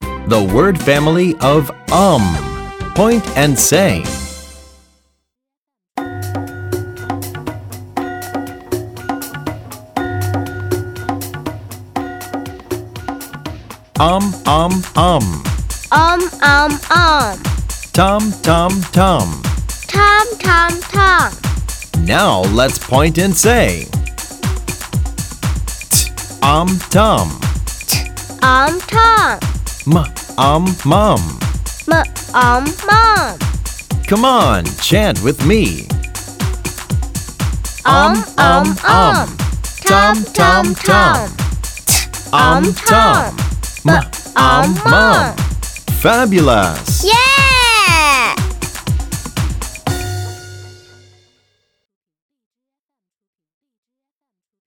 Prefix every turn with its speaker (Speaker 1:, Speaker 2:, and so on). Speaker 1: the word family of um. Point and say. Um, um, um.
Speaker 2: Um, um, um.
Speaker 1: Tum, tum, tum.
Speaker 2: Tom, Tom, Tom.
Speaker 1: Now let's point and say. T, um, tum.
Speaker 2: Um, Tom.
Speaker 1: M, um, mum.
Speaker 2: M, um, Mom.
Speaker 1: Come on, chant with me.
Speaker 2: Um, um, um.
Speaker 1: Tum, tum, tum. Um, tum. M, um, mum. Fabulous!
Speaker 2: Yay!